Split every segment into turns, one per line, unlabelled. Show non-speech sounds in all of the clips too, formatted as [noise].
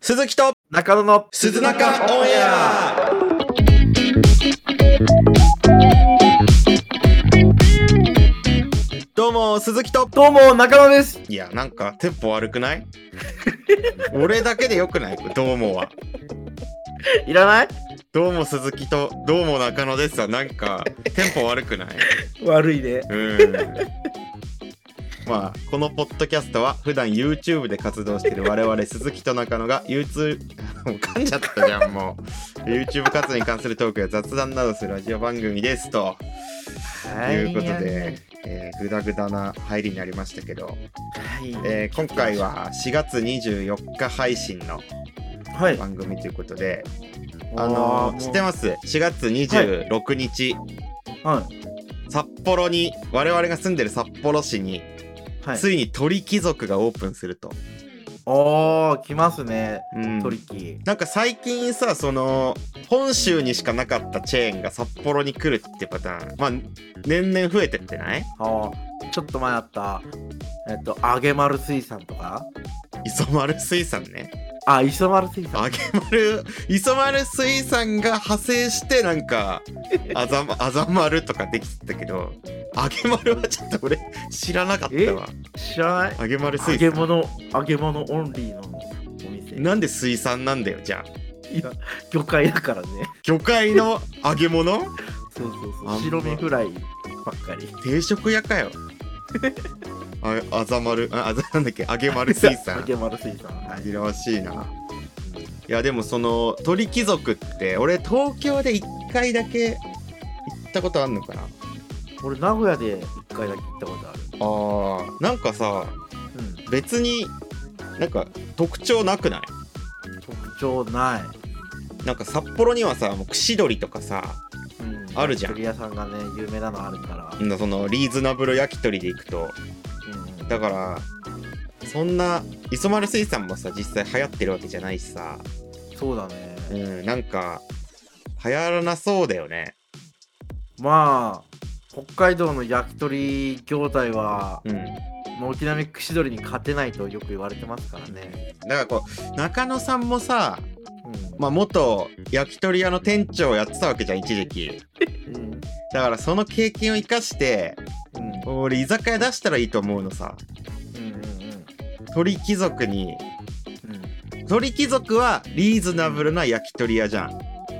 鈴木と
中野の
鈴中オンエアどうも鈴木と
どうも中野です
いやなんかテンポ悪くない俺だけでよくないどうもはい
らない
どうも鈴木とどうも中野ですはなんかテンポ悪くない
悪いね
うんまあこのポッドキャストは普段 YouTube で活動している我々鈴木と中野が YouTube [laughs] もう噛んじゃったじゃんもう YouTube 活動に関するトークや雑談などするラジオ番組ですと
は
いうことで、えー、グダグダな入りになりましたけど、
はい、
えー今回は4月24日配信の
はい
番組ということで、あ
あ
の
の
ー
ー、
知って
ま
ます4月26日、
はい
札幌に我々が住んでる札幌市に、
はい
ついに鳥貴族がオープンすると。
おー来ますね
うん
トリキ
なんか最近さその本州にしかなかったチェーンが札幌に来るってパターンまあ年々増えてってない
ーあーちょっと前あったえっと揚げ丸水産とか
磯丸水産ね
あ磯丸水産
揚げ丸磯丸水産が派生してなんかあざまあ [laughs] ざ丸とかできてたけど揚げ丸はちょっと俺知らなかったわ
知らない
揚げ丸
揚
水
げ
産
物揚げ物オンリーのお店
なんで水産なんだよじゃあ
いや [laughs] 魚介だからね
魚介の揚げ物
そうそう
あ
そ
んま
う白身フライばっかり
定食屋 [laughs] かよああざ丸ああざなんだっけ揚げ丸水 [laughs] 産
揚げ丸水産はい
紛らわしいないやでもその鳥貴族って俺東京で1回だけ行ったことあんのかなあ
俺名古屋で一回だけ行ったことある
ーなんかさ
うん
別になんか特徴なくない
特徴ない、
なんか札幌にはさもう串鳥とかさ
うん、
あるじゃん
焼き鳥屋さんがね有名なのあるから、
うんそのリーズナブル焼き鳥で行くと
うん、
だからそんな磯丸水産もさ実際流行ってるわけじゃないしさ
そうだね、
うんなんか流行らなそうだよね
まあ北海道の焼き鳥業態は、
うん
もう沖縄串取りに勝てないとよく言われてますからね、
だからこう中野さんもさ
うん
まあ、元焼き鳥屋の店長をやってたわけじゃん一時期
うん
だからその経験を生かして
うんうん
俺居酒屋出したらいいと思うのさ
うんうん
鳥貴族に
うん
鳥貴族はリーズナブルな焼き鳥屋じゃんだ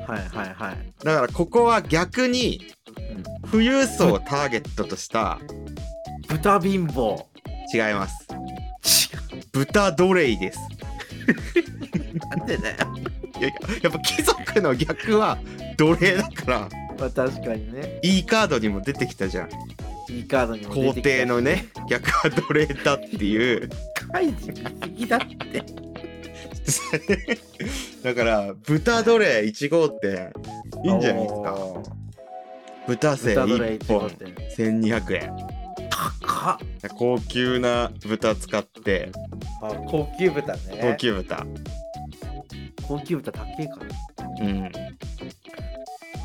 はいはいはい、
からここは逆に
うん、
富裕層をターゲットとした
豚貧乏
違います
ち
豚奴隷です
なんでだよ
いやいややっぱ貴族の逆は奴隷だから
まあ確かにね
E カードにも出てきたじゃん
いいカードにも出
皇
てきたし
帝のね逆は奴隷だっていう
カイジ的だって
だから豚奴隷1号っていいんじゃないですか
おー
豚背
豚ドレイ
1
1
本
本って
1200円
高っ
高級な豚使って
あ高級豚ね
高級豚、
高級豚高えから
うん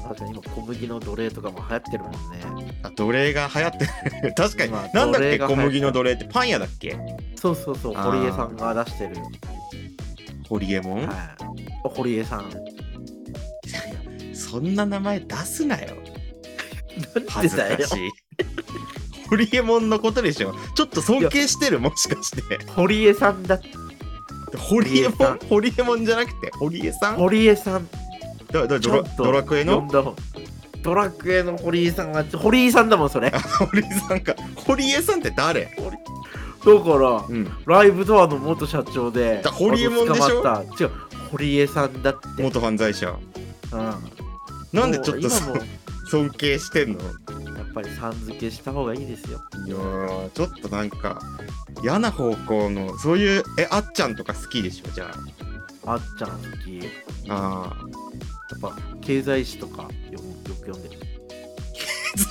確かに今小麦の奴隷とかも流行ってるもんね
あ奴隷が流行ってる [laughs] 確かに、
まあ
なん
奴
だっけ
隷が
小
流行ってる
麦の奴隷ってパン屋だっけ
そうそうそう
あー
堀江さんが出してる
ホリエモン
はい堀江さん
そんな名前出すなよ
なん
恥
で
ずか
だよ
しいホリエモンのことでしょちょっと尊敬してるもしかして
堀江さんだって
ホリエモ
堀江さ
ンホリエモンじゃなくてホリエさん
堀江さん
だだ
ち
ド
ょ
ラ
っと
ドラクエの
呼んだ方ドラクエの堀江さんが堀江さんだもんそれ
[laughs]
だか
堀江さんか堀江さんって誰、
ら
うん、
ライブドアの元社長で
だ堀江もんでしょ
あの捕まった違う堀江さんだって、
元犯罪者
う
なんでちょっと
今
そ
も
尊敬してんのい
やっぱりさん付けした方がいいですよ
やーちょっとなんか嫌な方向のそういうえあっちゃんとか好きでしょじゃ
あっちゃん好きやっ
ああ [laughs] ー
ぱ経済誌とかよくよく読んでる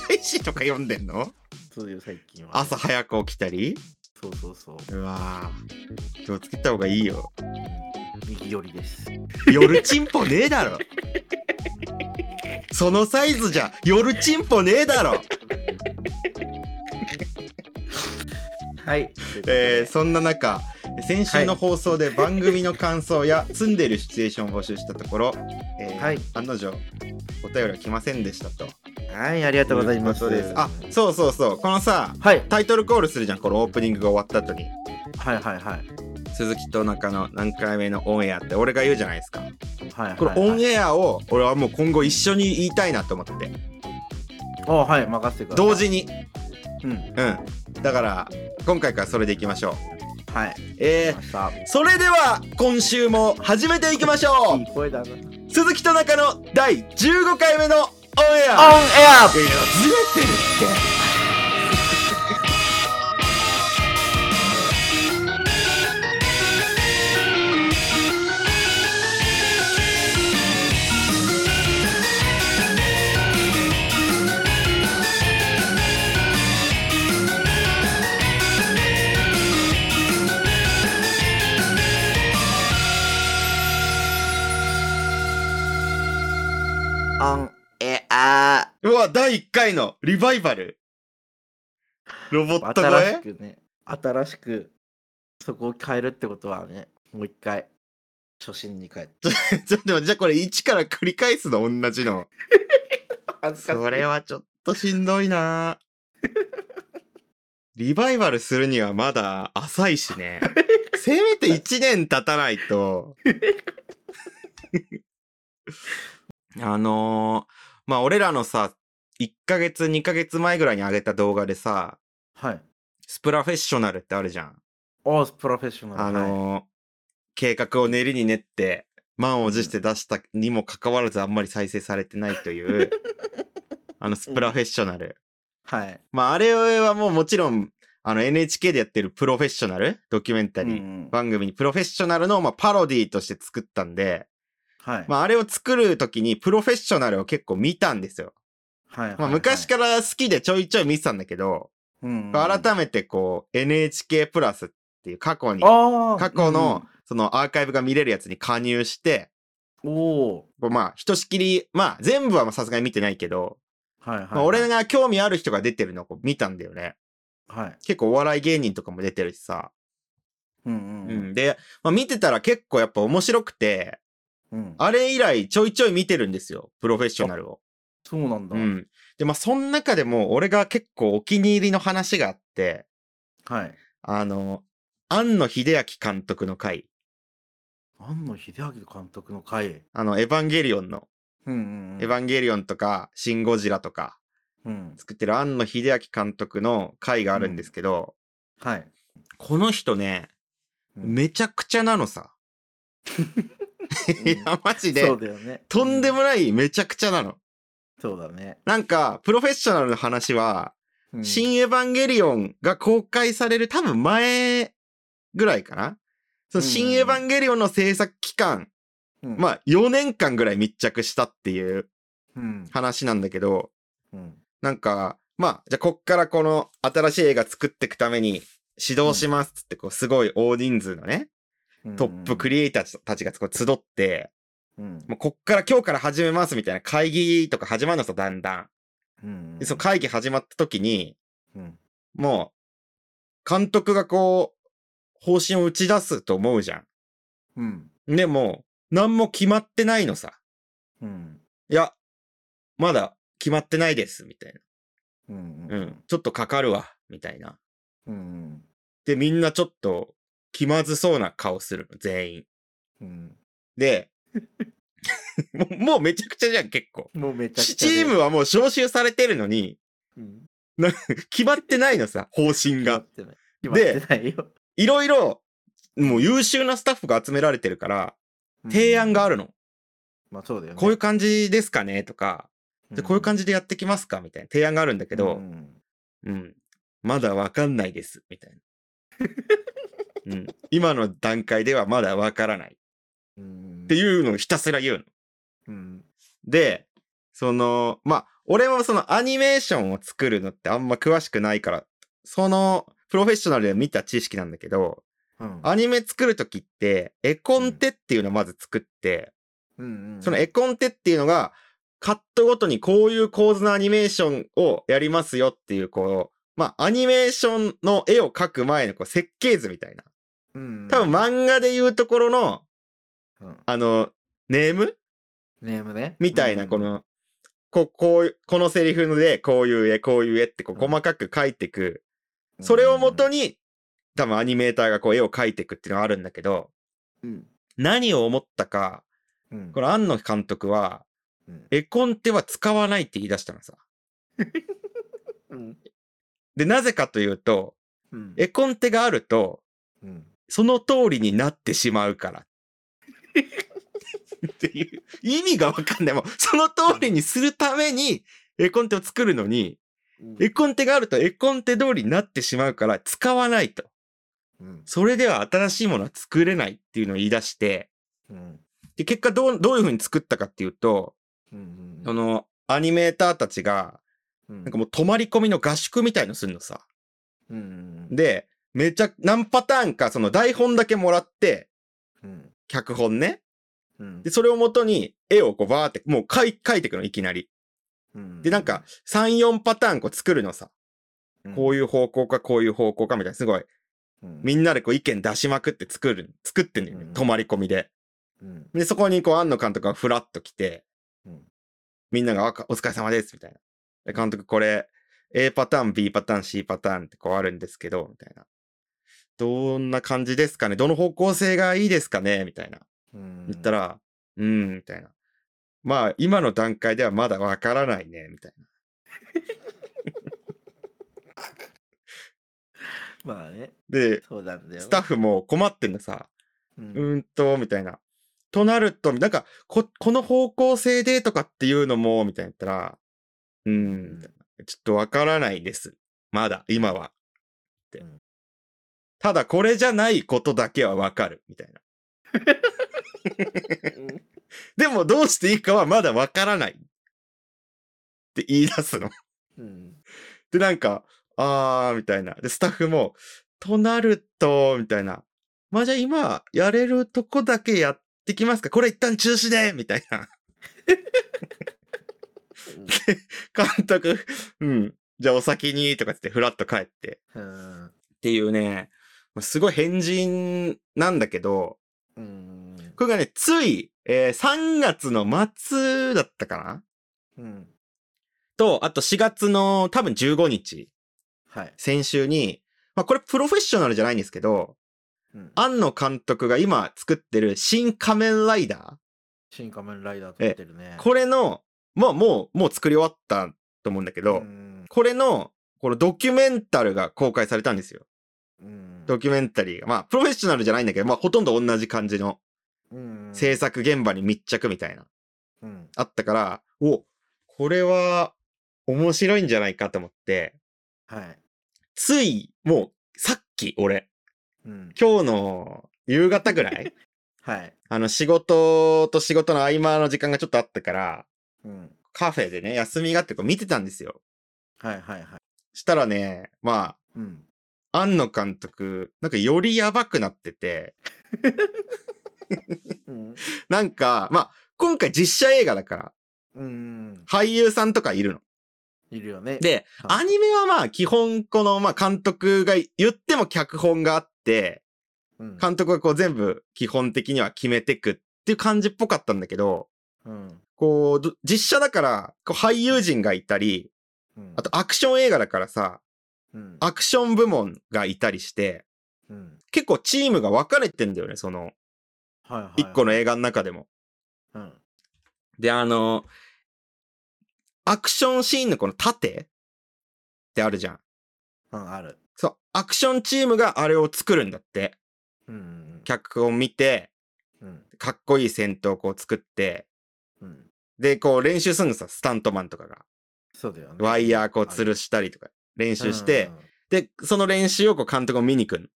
財誌とか読んでんの
そういう最近は
朝早く起きたり
そうそうそう
うわー気をつけた方がいいよ
右寄り
[laughs]
です
夜チンポねえだろそのサイズじゃ夜チンポねえだろ
はい
えーそんな中先週の放送で番組の感想や積んでるシチュエーションを募集したところ、えー
はい
案の定お便りは来ませんでしたと。
はい、ありがとうございます。
とうことですあそうそうそうこのさ
はい、
タイトルコールするじゃんこのオープニングが終わった後に
はいはいはい。
鈴木と中の何回目のオンエアって俺が言うじゃないですか。
はい、
これオン
エ
エアを俺はもう今後一緒に言いたいなと思って
ア。あ、はい、任せてください。
同。時に
うん、
うんだから今回からそれでいきましょう。
はい。
えー
ました。
それでは今週も始めていきましょ
いい声だな。オンエ
う鈴木と中の第15回目のオンエア
ア。
いやずれてるっ
オンエア。
てうわ第1回のリバイバルロボット
新し
声
くね、新しく。そこを変えるってことはね、もう一回。初心に帰って。
[laughs] ちょっと待ってじゃあこれ1から繰り返すの同じの
恥ずかしい
それはちょっとしんどいなリバイバルするにはまだ浅いしねせめて1年経たないとあのーまあ俺らのさ1ヶ月2ヶ月前ぐらいに上げた動画でさ
はい。
スプラフェッショナルってあるじゃん
オースプロフェッショナル。
あ
はい、
のー計画を練りに練って満を持して出したにもかかわらずあんまり再生されてないという
[laughs]
あのスプラフェッショナル。
はい。
まああれはもうもちろんあの NHK でやってるプロフェッショナルドキュメンタリ
うん
ー
うん
番組にプロフェッショナルのまあパロディーとして作ったんで、
はい。
まああれを作る時にプロフェッショナルを結構見たんですよ。
はいはい。
まあ昔から好きでちょいちょい見てたんだけど、
ら、うんうん、
改めてこう NHK プラスっていう過去に
あー
過去の、そのアーカイブが見れるやつに加入して、
うんお
こうまあ、ひとしきり、まあ、全部はまあさすがに見てないけど、
ーはいはい、はい
まあ、俺が興味ある人が出てるのをこう見たんだよね。
はい
結構お笑い芸人とかも出てるしさ。
うんう
うんん、で、まあ、見てたら結構やっぱ面白くて、
うん
あれ以来ちょいちょい見てるんですよ。プロフェッショナルを。
そうなんだ、
うん。で、まあ、その中でも俺が結構お気に入りの話があって、
はい
あの、庵野秀明監督の回、
庵野秀明監督の回
あの、エヴァンゲリオンの、
うんうんうん
エヴァンゲリオンとか、シン・ゴジラとか、
うん
作ってる庵野秀明監督の回があるんですけど、
はい
この人ね、
うん
めちゃくちゃなの
[laughs]
さ。いや、マジで
そう、だよね
とんで
い、
もないめちゃくちゃなの。
そうだね、
なんか、プロフェッショナルの話は、
うん
新エヴァンゲリオンが公開される多分前ぐらいかな。その
うん
新エヴァンゲリオンの制作期間、
うん
まあ4年間ぐらい密着したっていう
うん
話なんだけど、
うん
なんか、まあ、じゃあこっからこの新しい映画作っていくために指導しますっつって、こう、すごい大人数のね、
うん
トップクリエイターたちがこう集って、
うん
もうこっから今日から始めますみたいな会議とか始まるのさ、だんだ
うん
ん。で、その会議始まった時に、
うん
もう、監督がこう、方針を打ち出すと思うじゃ
うん
ん。でも、何も決まってないのさ。
うん
いや、まだ決まってないです、みたい
うんうん
な。うん。ちょっとかかるわ、みたいな。
うんうん
で、みんなちょっと気まずそうな顔するの、全員。
うん
で、もうもうめちゃくちゃじゃん、結構。
もうめちゃくちゃ
チームはもう招集されてるのに、
ム
決まってないのさ、方針
が
が。
決まってないよ
いろいろ、もう優秀なスタッフが集められてるから、提案があ
る、
るの。
まあそうだよね、
こういう感じですかねとか、でこういう感
じ
じでやってきますかみたいな提案があるんだけど、うん。まだわかんないです、みたい [laughs] な。うん。今の段階ではまだわからない。
うん、っ
って
う
いうのをひたすら言うの。
ん、
で、その、まあ、俺もそのアニメーションを作るのってあんま詳しくないから、そのプロフェッショナルで見た知識なんだけど、
うん
アニメ作るときって、絵コンテっていうのをまず作って、
うんうん、
その絵コンテっていうのが、カットごとにこういう構図のアニメーションをやりますよっていう、こう、まあ、アニメーションの絵を描く前のこう設計図みたいな。
うん。
多分漫画でいうところの、
うん
あの、ネーム
ネームね。
みたいな、
うん
こ。の、ここういうこのセリフので、こういう絵、こういう絵ってこう
うん
細かく書いてく。それをもと
に。
に、多分アニメーターがこう絵を描いてくっていうのがあるんだけど、
うん。
何を思ったか、
うん。
この庵野監督は、
うん
絵コンテは使わないって言い出したのさ。
うん。
で、なぜかというと、
うん。
絵コンテがあると、
うん。
その通りになってしまうから。っていう、意味がわかんない。もう、その通りにするために、絵コンテを作るのに、絵コンテがあると絵コンテ通りになってしまうから、使わないと。
うん。
それでは新しいものは作れないっていうのを言い出して、
うん。
で、結果どう、どういう風に作ったかっていうと、
うん。
その、アニメーターたちが、
うん。
なんかもう泊まり込みの合宿みたいのするのさ。
うん。
で、めちゃ、何パターンか、その台本だけもらって、
うん。
脚本ね。
うん
で、。それをもとに、絵をこうバーって、もう書い、書いてくの、いきなり。
うん
で、なんか、、3、4パターンこう作るのさ。こう
い
いう方向か、こういう方向か、みたいな。すごい、
うん、
みんなでこう意見出しまくって作る、作ってんのよね
うん。
泊まり込みで。
うん。
で、そこにこう、庵野監督がフラッと来て、
うん
みんながあお疲れ様です、みたいな。で監督、これ、A パターン、B パターン、C パターンってこうあるんですけど、みたいな。どんな感じですかねどの方向性がいいですかねみたいな。
うん
言った、ら、うん、みたいな。まあ、今の段階ではまだわからないね、みたいな。
まあね、
で、
そうなんだよ。
スタッフも困ってんのさ、
う、
うんーんと、みたいな。となると、なんか、こ、この方向性でとかっていうのも、みたいな言ったら、うーん、みたいなちょっとわからないです。まだ、今は。って
うん
ただ、これじゃないことだけはわかる、みたいな。でも、どうしていいかはまだわからない。って言い出すの。
うん。
で、なんか、あー、みたいな。で、スタッフも、となると、みたいな。まあ、じゃあ今、やれるとこだけやってきますかこれ一旦中止でみたいな。監督、うん。じゃあお先に、とかつって、フラッと帰って。
うん。
っていうね、まあすごい変人なんだけど、
うん。
これがね、つい、えー3月の末だったかな
うん。
と、あと4月の多分15日、
はい。
先週に、まあこれプロフェッショナルじゃないんですけど、
うん、
庵野監督が今作ってる新仮面ライダ
新仮面ライダー撮ってるね
ー。これの、まあもう、もう作り終わったと思うんだけ
う
ど、
ん
これの、このドキュメンタルが公開されたんですよ。
うん。
ドキュメンタリーが。まあ、プロフェッショナルじゃないんだけど、まあ、ほとんど同じ感じの
うん
制作現場に密着みたいな、
うん。
あったから、お、これは面白いんじゃないかと思って、
はい。
つい、もう、さっき、俺、
うん。
今日の夕方ぐらい
はい。
あの、仕事と仕事の合間の時間がちょっとあったから、
うん。
カフェでね、休みがあってこう見てたんですよ。
はいはいはい。
したらね、ま
うん。
あ、庵野監督、なんかよりやばくなってて、
うん。
なんか、まあ、今回実写映画だから、
うん。
俳優さんとかいるの。
いるよね。、
で、アニメはまあ、基本、この、まあ、監督が言っても脚本があって、
うん。
監督がこう全部基本的には決めてくっていう感じっぽかったんだけど、
うん。
こうど、実写だから、こう俳優陣がいたり、
うん
あ、とアクション映画だからさ、
うん。
アクション部門がいたりして、
うん。
結構チームが分かれてんだよね、その、
はいはい。
一個の映画の中でも。
うん。
で、あの、アクションシーンのこの盾ってあるじゃん。
うん、ある。
そう、アクションチームがあれを作るんだって。
うん。
脚本見て、
うん。
かっこいい戦闘をこう作って、
うん。
で、こう練習するのさ、スタントマンとかが。
そうだよね。
ワイヤーこう吊るしたりとか、練習して、
うんうん
で、その練習をこう監督も見に行くの。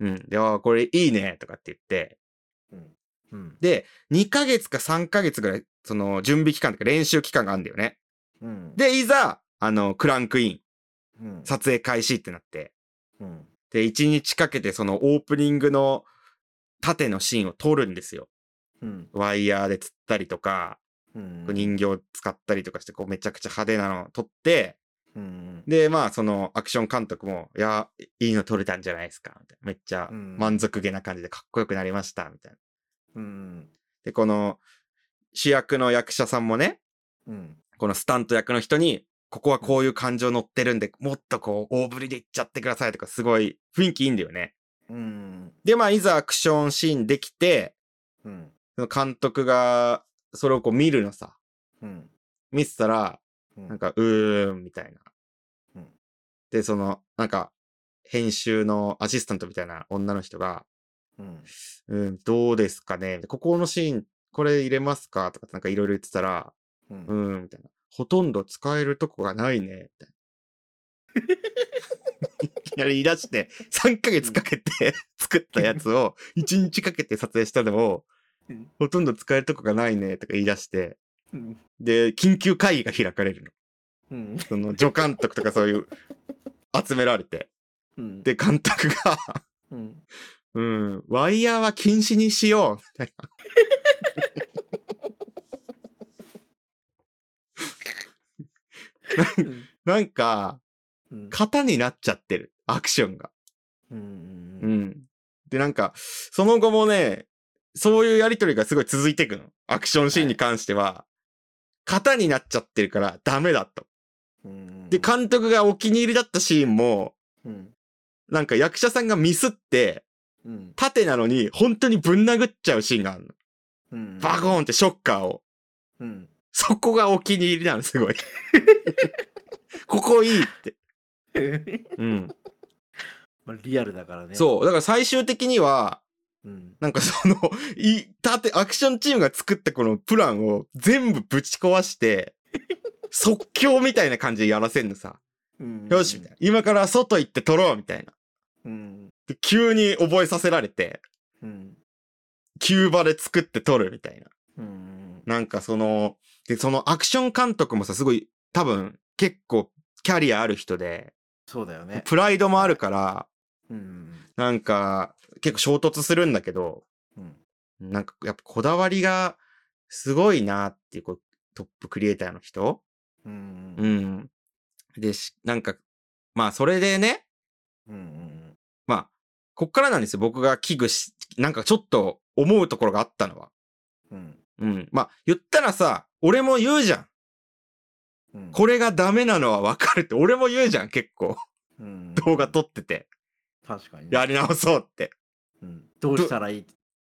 うん
うん。で、あーこれいいねとかって言って、
うん。
で、2ヶ月か3ヶ月ぐらい、その準備期間とか練習期間があるんだよね。
うん。
で、いざ、あの、クランクイン、
うん、
撮影開始ってなって、
うん。
で、1日かけてそのオープニングの縦のシーンを撮るんですよ。
うん。
ワイヤーで釣ったりとか、
うん。
人形使ったりとかして、こうめちゃくちゃ派手なのを撮って、
うん
で、まあ、そのアクション監督も、いや、いいの撮れたんじゃないですか、みたいな。めっちゃ
うん
満足げな感じでかっこよくなりました、みたいな。
うん
で、この主役の役者さんもね、
うん
このスタント役の人に、ここはこういう感情乗ってるんで、もっとこう、大振りでいっちゃってくださいとか、すごい雰囲気いいんだよね。
うん
で、まあ、いざアクションシーンできて、
うん
その監督が、それをこう見るのさ、
うん
見てたら、
うん
なんか、うーん、みたいな。
うん
で、その、なんか、編集のアシスタントみたいな女の人が、
うん
うん、どうですかねここのシーン、これ入れますかとか、なんかいろいろ言ってたら、
う
うんーん、みたいな。ほとんど使えるとこがないね、みたいな。い [laughs] きなり言い出して、3ヶ月かけて [laughs] 作ったやつを、1日かけて撮影したのを
うん、
ほとんど使えるとこがないね、とか言い出して、
うん
で、緊急会議が開かれるの。
うん
その助監督とかそういう、集められて。
うん
で、監督が、
うん
うん、ワイヤーは禁止にしよう、みたいな。
うん
なんか、
うん
型になっちゃってる、アクションが。
う
うんん。で、なんか、その後もね、そういうやりとりがすごい続いていくの。アクションシーンに関しては、型になっちゃってるからダメだと。
うん
で、監督がお気に入りだったシーンも、
うん
なんか役者さんがミスって、
うん
縦なのに本当にぶん殴っちゃうシーンがあるの。
うん
バコーンってショッカーを。
うん
そこがお気に入りなの、す [laughs] ごい。ここいいって。うん。
まあリアルだからね
そう。だから最終的には、
うん
なんかその、 [laughs] い、たて、アクションチームが作ったこのプランを全部ぶち壊して、即興みたいな感じでやらせんのさ。
うん
よし、みたいな。今から外行って撮ろう、みたいな。
うん
で急に覚えさせられて、
うん
急場で作って撮るみたいな。
うん
なんかその、で、そのアクション監督もさ、すごい、多分、結構、キャリアある人で、
そうだよね
プライドもあるから、
うん
なんか、結構衝突するんだけど、
うん
なんか、やっぱこだわりがすごいなっていう、こう、トップクリエイターの人
うんう
うんん。で、し、なんか、まあ、それでね、
うん
まあ、こっからなんですよ。僕が危惧し、なんかちょっと思うところがあったのは。
うん
うん。まあ、言ったらさ、俺も言うじゃん。
うん
これがダメなのはわかるって、俺も言うじゃん、結構。
うん
動画撮ってて。
確かにね
やり直そうって。
うんどうしたらいい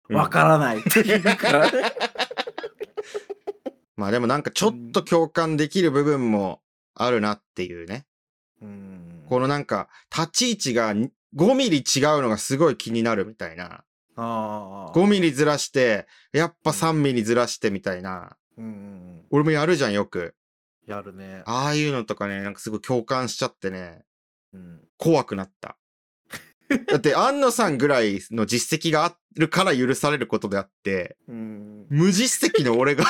うん
わからない
[laughs]
って言うから
まあでもなんかちょっと共感できる部分もあるなっていうね。
うん
このなんか、立ち位置がに5ミリ違うのがすごい気になるみたいな。
ああ
5ミリずらして、やっぱ3ミリずらしてみたいな。
うんうんうん
俺もやるじゃん、よく。
やるね
ああいうのとかね、なんかすごい共感しちゃってね、
うん
怖くな
[laughs]
った。だって、安野さんぐらいの実績があるから許されることであって、
うん
無実績の
[laughs]
俺が、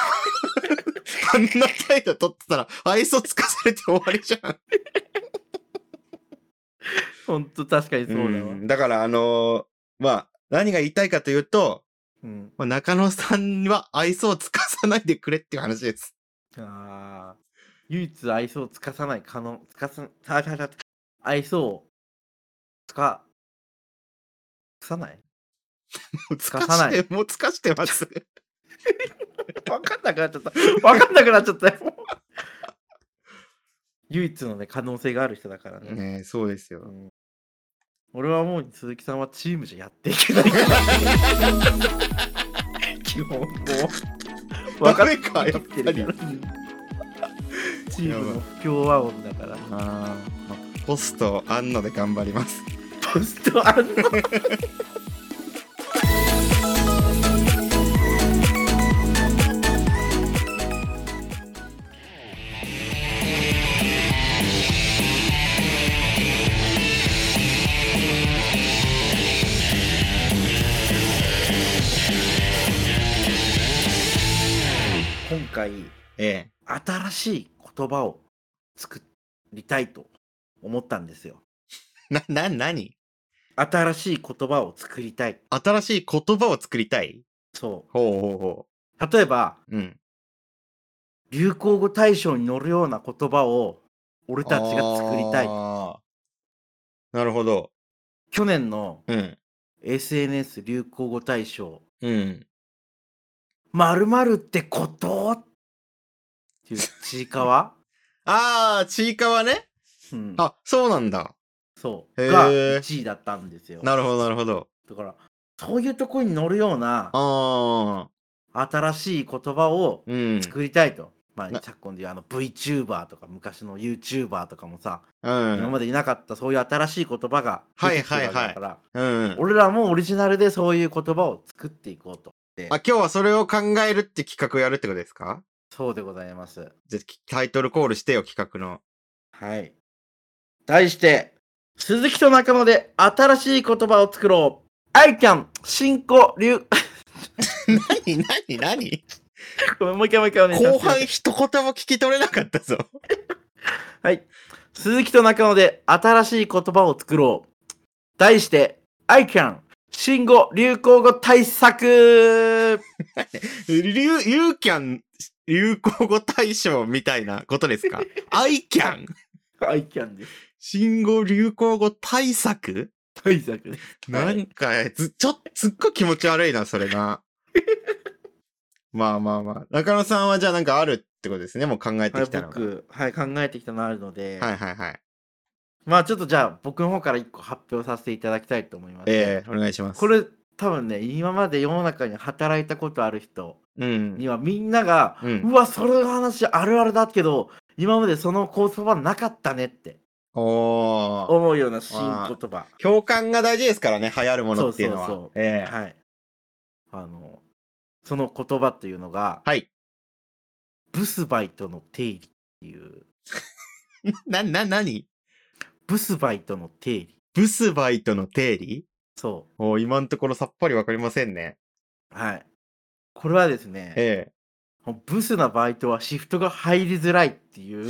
あんな態度取ってたら、愛想つかされて終わりじゃん。
ほんと確かにそうだわ
うんだから、あのーまあ、何が言いたいかというと、
うん
まあ中野さんには愛想をつかさないでくれっていう話
[laughs]
です。
ああ唯一愛想をつかさない可能つかさたたたた愛想をつかつかない
もうつ
つかさない
して、もうつかしてます。
[laughs] わかんなくなっちゃった。わかんなくなっちゃったよ。
[laughs]
唯一のね、可能性がある人だからね。
ねえ、そうです
う
よ。
ん俺はもう鈴木さんはチームじゃやっていけないから。基本もう。わ
ダメかやっぱり
分かってるからチームの不協和音だから。
ああ、ポストあんので頑張ります。
ポストあんの今回
え
新しい言葉を作りたいと思ったんですよ。
え。な、な、何
新しい言葉を作りたい。
新しい言葉を作りたい
そ
ほうほうほ
う。例えば、
う。うん。
流行語大賞に載るような言葉を俺たちが作りたい。
あーなるほど。
去年の
うん。
SNS 流行語大賞、
うん。
まるってことっていうちいか
[laughs]
わ、
ああ、ちいかわね。
うん、
あ、そうなんだ。
そう
へー
が1位だったんですよ。
なるほど、なるほど。
だからそういうとこに乗るような
ああ、
新しい言葉を
うん。
作りたいと。まあ、
な
昨今でいうあの VTuber とか昔の YouTuber とかもさ、
う
今
ん。
までいなかったそういう新しい言葉が
は
出
い
てきてるわけだから、
うん。
俺らもオリジナルでそういう言葉を作っていこうと。
あ、今日はそれを考えるって企画やるってことですか
そうでございます。
じゃあ、きタイトルコールしてよ、企画の。
はい。題して、鈴木と中野で新しい言葉を作ろう。I can 新古流。
何何何
[laughs] ごめんもう一回もう一回お願いします。
一言も聞き取れなかった [laughs] ぞ。
はい。鈴木と中野で新しい言葉を作ろう。題して、I can 新語流行語対策 [laughs]
ゆう、ゆうきゃん、流行語大賞みたいなことです [laughs] か ?I can?
I can です。
新語流行語対策
対策です。
なんか、ず、ちょっと、すっごい気持ち悪いな、それ [laughs] な。まあまあまあ。中野さんはじゃあなんかあるってことですね、もう考えて
はい、
きたのが。
僕、はい、考えてきたのあるので、
はいはいはい。
まあちょっとじゃあ僕の方から一個発表させていただきたいと思います。
ええお願いします。
こ、れ多分ね今まで世の中に働いたことある人
うん。
にはみんなが、
う
うんわそれの話あるあるだけど今までその言葉なかったねって
おー。
思うような新言葉
共感が大事ですからね、流行るものっていうのは。
そうそうそう
ええ
はいあのその言葉というのが
はい。
ブスバイトの定理っていう
な、な、なに
ブスバイトの定理
ブスバイトの定理
そ
おー今のところさっぱりわかりませんね。
うはいこれはですね、
ええ
ブスなバイトはシフトが入りづらいって
[laughs]
いう。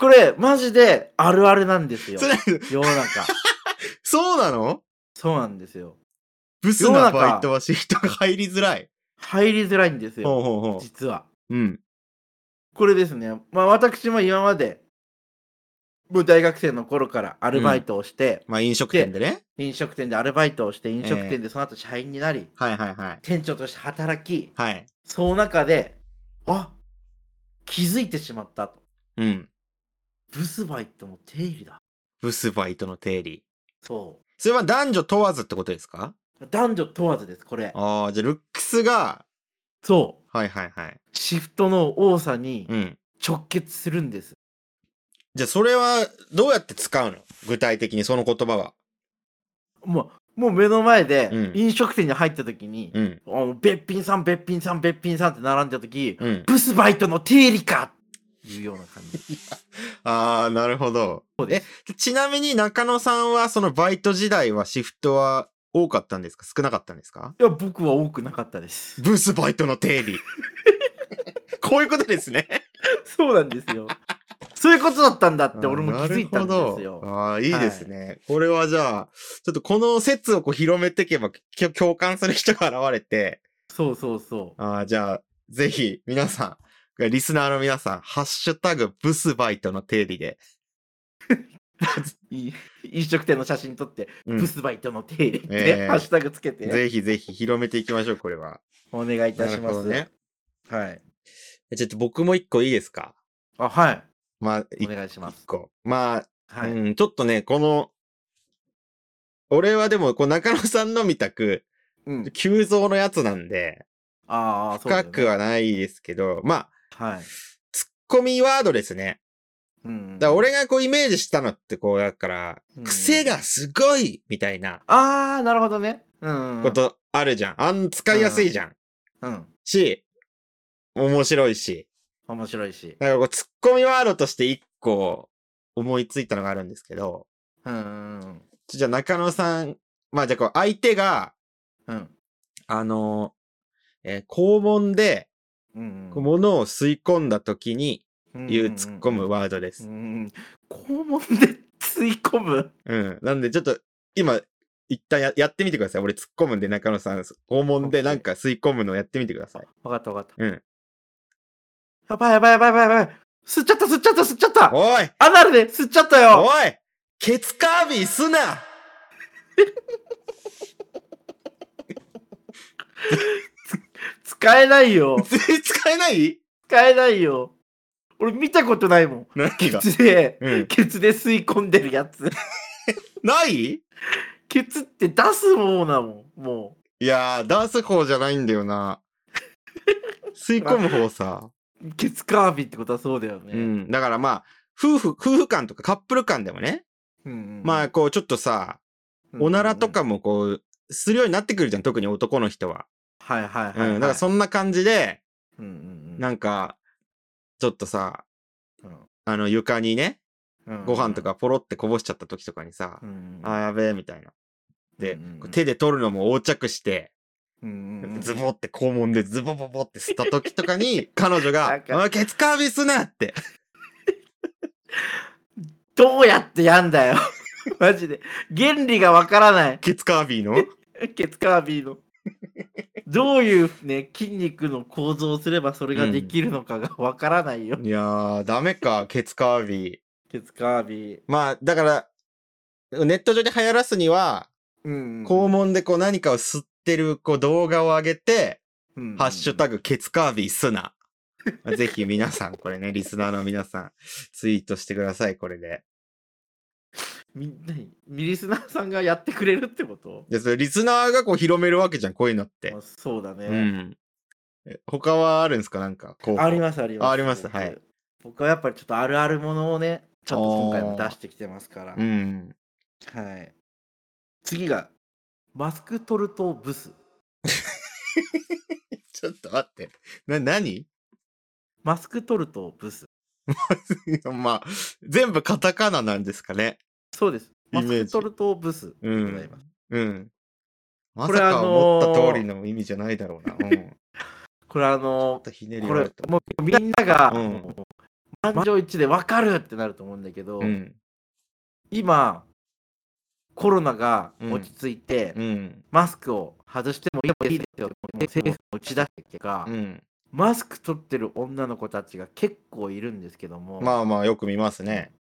これ、マジであるあるなんですよ
そ。れ、
世の中。
そうなの
そうなんですよ。
ブスなバイトはシフトが入りづらい。
入りづらいんです
ほう
よ、
ほうほ
実は。
う。うん。
これですね。まあ私も今まで、もう大学生の頃からアルバイトをして、
まあ飲食店でね。
飲食店でアルバイトをして、飲食店でその後社員になり、
はいはいはい。
店長として働き、
はい。
その中で、あ気づいてしまったと。
うん。
ブスバイトの定理だ。
ブスバイトの定理。
そう。
それは男女問わずってことですか
男女問わずですこれ
ああ、じゃあルックスが、
そう
はいはいはい。
シフトの多さに
うん。
直結するんです、
じゃあそれはどうやって使うの具体的にその言葉は。
もうもう目の前
うん
で飲食店に入った時に、
うん。
あのべっぴんさんべっぴんさんべっぴんさんって並んだ時、
うん。
ブスバイトの定理かっていうような感
[laughs]
じ
ああ、なるほど。
そうで
え
す、
ちなみに中野さんはそのバイト時代はシフトは多かったんですか少なかったんですか
いや僕は多くなかった
[laughs]
です
ブースバイトの定 [laughs] 理。こういうことですね。
そうなんですよそういうことだったんだって俺も気づいたんです
なるほど
よ
ああ、いいですね、これはじゃあ、ちょっとこの説をこう広めていけば、きょ共感する人が現れて、
そうそうそう
ああ、じゃあ、ぜひ皆さん、リスナーの皆さん、ハッシュタグブスバイトの定理で、
い飲食店の写真撮って、
うん
ブスバイトの定理って、
ええ
ハッシュタグつけて、
ぜひぜひ広めていきましょう、これは。
お願いいたし
な
ま
るほ
す
どね。
はい
ちょっと僕も一個いいですか
あはい
まあ、
お
一
願いします。
個。まあ、
はい。
うん、ちょっとね、この、俺はでも、こう中野さんのみたく、
うん、
急増のやつなんで、
ああ、そうだよ
深
ね
くはないですけど、まあ、
はい。
ツッコミワードですね。
うん、
だから、俺がこうイメージしたのってこう、だから、
うん
癖がすごいみたいな
ああ、なるほどね。うん。
こ。とあるじゃん。あん、使いやすいじゃん。
うん。
し、面白いし。
面白いし。
だからこう、ツッコミワードとして一個思いついたのがあるんですけど、
うんうん
ちょじゃあ中野さん、まあじゃあこう、相手が、
うん。うん。
あの、えー肛門で、
うん
こう物を吸い込んだ時に
うん
言う突っ込む。ワードで
う
す。
ん。肛門で吸い込む。
うん。なんでちょっと今、一旦ややってみてください。俺突っ込むんで中野さん、肛門でなんか吸い込むのやってみてください。
わかったわかった。
うん。
やばいやばいやばいやばい。吸っちゃった、吸っちゃった、吸っちゃった
おい
アナルで吸っちゃったよ
おいケツカービィすな
使えないよ
使えない
[laughs] 使えないよ俺見たことないもん。
何が
ケツで、
[laughs] うん
ケツで吸い込んでるやつ。
ないい
ケツって出すものだもん、も
やー、出す方じゃないんだよな。吸い込む
[laughs]
方さ。
う。ケツカービィってことはそうだよね。
う。ん。だからまあ、夫婦、夫婦間とかカップル間でもね、
うんうん、
まあこうちょっとさ、
うんうんうん、
おならとかもこう、するようになってくるじゃん、特に男の人は。
はいはいはい、
う
はい
ん。だからそんな感じで、
うんうんうん
なんか、ちょっとさ、
うん
あの床にね、
うん
ご飯とかポロってこぼしちゃった時とかにさ
う、んうん、
あーやべえみたいな。で、
うんうんうん
こう手で取るのも横着して、
うんうんうん
ズボって肛門でズボボボって吸った時と
[laughs]
かに、彼女が
なん、
お
か
前ケツカービィすな
[laughs]
って。
どうやってやんだよ [laughs] マジで原理がわからない
ケツカービィの
ケツカービィのどういうね筋肉の構造をすればそれができるのかがわからないよ、
いやー、ダメか、ケツカービィ。
ケツカービィ
まあ、だから、ネット上で流行らすには、
うん
肛門でこう何かを吸ってるこう動画を上げて、
うん、うん
ハッシュタグケツカービィすな。 [laughs] ぜひ皆さん、これね、リスナーの皆さん、ツイートしてください、これで。
みんなにミリスナーさんがやってくれるってこと
で、それリスナーがこう広めるわけじゃん、こういうのって
まあ。そうだね、
うん。え他はあるんですかなんか、こう。
ありますあります
ああります
僕
はい
僕はやっぱりちょっとあるあるものをねちょっと今回も出してきてますから
うん。
はい。次が、マスク取るとブス。
ちょっと待って。な、何 [laughs]
マスク取るとブス。
まあ、全部カタカナなんですかね。
そうです。
イメ
マ
ー
ス
ジ
ク取るとブス。
うん
でございます
うん。ま
こ
さ
れ
か思
あの
っ
ー
た通りの意味じゃないだろうな。うん。ち
これあ
ょ
の
っとひねり
こ
はあ
れ
ると思
もうみんなが、
うん
もう満場一致で分かるってなると思うんだけど、
う。うん。
今、コロナが落ち着いて、
うん。
マスクを外してもいいですよって政府が打ち出してか、
うん。
マスク取ってる女の子たちが結構いるんですけども、
まあまあ、よく見ますね。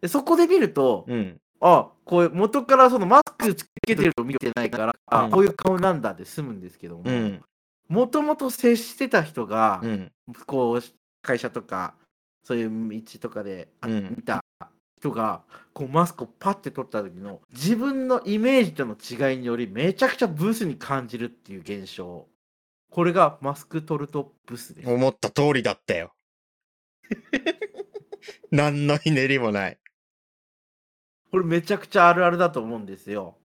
でそこで見ると、
うん。
あこういう元からそのマスクつけてるの見てないから、あ
うん
こういう顔なんだって済むんですけども
うん。
もともと接してた人が、
うん。
こう会社とかそういう道とかであ
うん
見た人がこうマスクをパッて取った時の自分のイメージとの違いによりめちゃくちゃブスに感じるっていう現象これがマスク取るとブスです
思った通りだったよ。何のひねりもない。
これめちゃくちゃあるあるだと思うんですよ、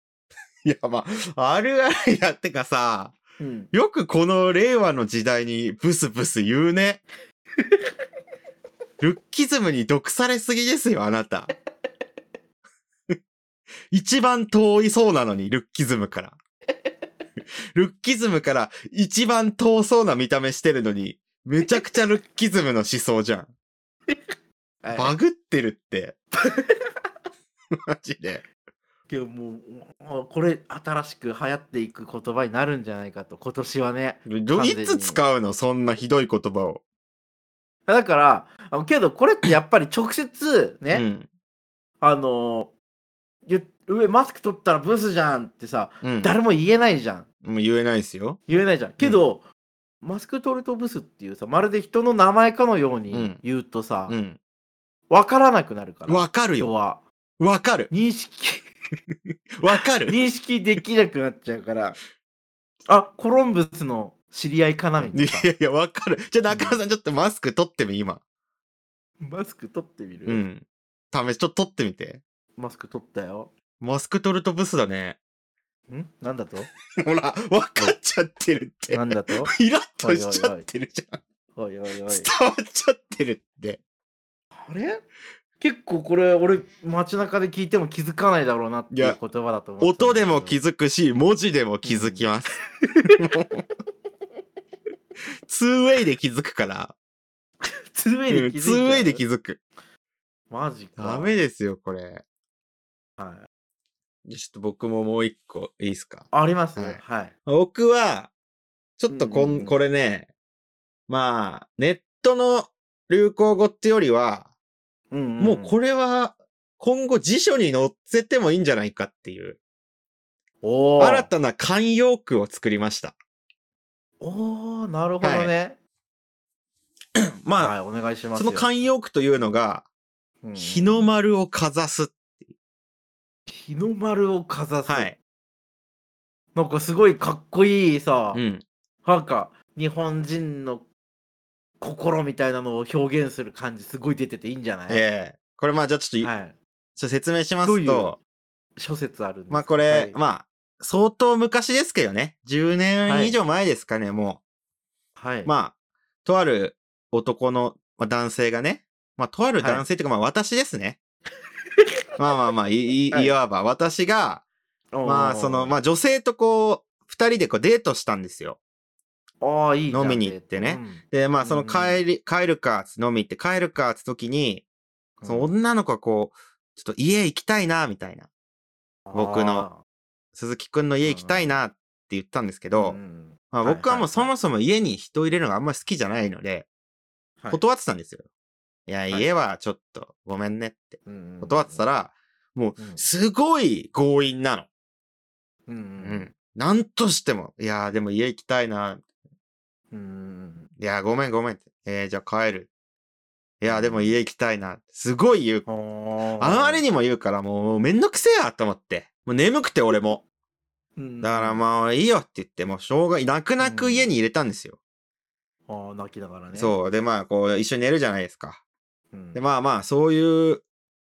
いや、まあ、あるあるやってかさ、
うん、
よくこの令和の時代にブスブス言う
[laughs]
ね。ルッキズムに毒されすぎですよ、あなた。一番遠いそうなのに、ルッキズムから。ルッキズムから一番遠そうな見た目してるのに、めちゃくちゃルッキズムの思想じゃん。
[laughs] はい
バグってる
[laughs]
って。マジで。
いやもうもうこれ新しく流行っていく言葉になるんじゃないかと今年はね
どいつ使うのそんなひどい言葉を。
だからあのけどこれってやっぱり直接ね、
うん
あの言っ上マスク取ったらブスじゃんってさ
うん。
誰も言えないじゃん
もう言えないですよ。
言えないじゃんけど、マスク取るとブスっていうさまるで人の名前かのよう
う
に
ん
言うとさ、わ
うん。
分からなくなるから
わかる
人
よ。
は
わかる。
認識
わ [laughs] かる。
認識できなくなっちゃうから [laughs] あコロンブスの知り合いかなみた
い
いな
やいや、わかる。じゃあ、中村さん、ちょっとマスク取ってみ、今。
[laughs] マスク取ってみる、
うん。試し、ちょっと取ってみて。
マスク取ったよ。
マスク取るとブスだね。
んなんだと
[laughs] ほら、わかっちゃってるって
な。んだと
イラッとしちゃってるじゃん。
[laughs] おいおいおい。
伝わっちゃってるって。
あれ結構これ俺街中で聞いても気づかないだろうなって
い
いう
や
言葉だと思う。
音でも気づくし、文字でも気づきます。もう [laughs] ツーウェイで気づくから。
く。ツーウェイ
う
で
ん
気づい
ツーウェイで気
づ
づく。
マジか。
ダメですよ、これ。
はい
じゃあちょっと僕ももう一個いいですか
あります
はい
ね。はい。
僕は、ちょっとこん、
うんうんうん
これね、まあ、ネットの流行語ってよりは、
うんんん
もうこれは今後辞書に載せてもいいんじゃないかっていう、
おー
新たな慣用句を作りました。
おーなるほどね。はい、
ま
お願いし
あ、
ます
そ
よ。
の慣用句というのが、
うん
日の丸をかざす。
日の丸をかざす。
はい。
なんかすごいかっこいいさ、
うん。
なんか日本人の心みたいなのを表現する感じすごい出てていいんじゃない、
ええこれまあじゃあちょっと、ちょっ
はい。
と説明しま
どうい
す
う
と、
諸説あるんです
まあこれ、
はい、
まあ、相当昔ですけどね。10
は
年
い
以上前ですかね、も
はい、
う。まあ、とある男の、まあ、男性がね、まあとある男性っていうか、まあ私ですね。 [laughs] まあまあまあ、い、い、
はい
いわば、私が、
おー
まあその、まあ女性とこう、二人でこうデートしたんですよ。
あーいいじゃん
飲みに行ってね
うん
で、まあその
うんう
帰り、帰るか、飲み行って帰るか、つ時に、その女の子はこう、ちょっと家行きたいな、みたいな。僕の鈴木くんの家行きたいなって言ったんですけ
あー
ど、
ん
まあ、
はい
僕はもうそもそも家に人入れるのがあんまり好きじゃないので、
はい
断ってたんですよ。いや、
い
家はちょっとごめんねって
うんうん
断ってたら、もう
う、ん
すごい強引なの。
うんう
うんん。なんとしても、いやー、でも家行きたいな。
うんうん
いやー、ごめんごめんって。えー、じゃあ帰る。いやー、でも家行きたいな。すごい言う。
うん
あまり
に
にも言うから、もうめんどくせえやと思って。もう眠くて俺も。だからまあいいよって言って、もうしょうが、泣く泣く家に入れたんですよ。
あー泣きながらね
そう。でまあ、こう、一緒に寝るじゃないですか。
うん
でまあまあそういう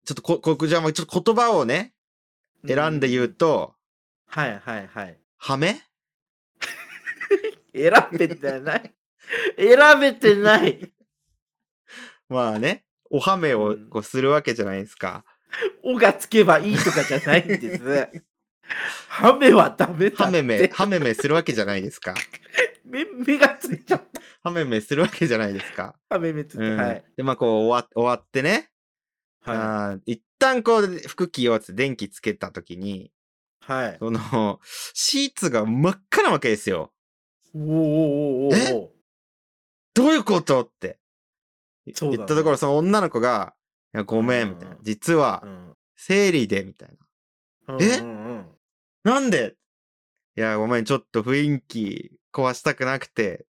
ちょっとここじゃあちょっと言葉をね選んで言うと
はいはいはい
「ハメ
選べてない選べてない」
まあねおはめ
う
を
ん
こうするわけじゃないですか。
「お」がつけばいいとかじゃないんですハメはダメだ
ハ
っ
メめ、
て
ハメめするわけじゃないですか。 [laughs]
目目がついちゃった
ハメめするわけじゃないですか。
ハメ目ついて、
うん
はい
で、まあこう終わ終わってね、
は
あー一旦こう服着ようって電気つけた時に、
いはい
その、シーツが真っ赤なわけですよ。
おーおーおーおー
どういうことって
そ
言
う
っ
だね
たところ、その女の子が、いやごめん、みたいな。実は、生理で、みたいな。
うん
え
うんうんうん
なんでいや、ごめん、ちょっと雰囲気壊したくなくて。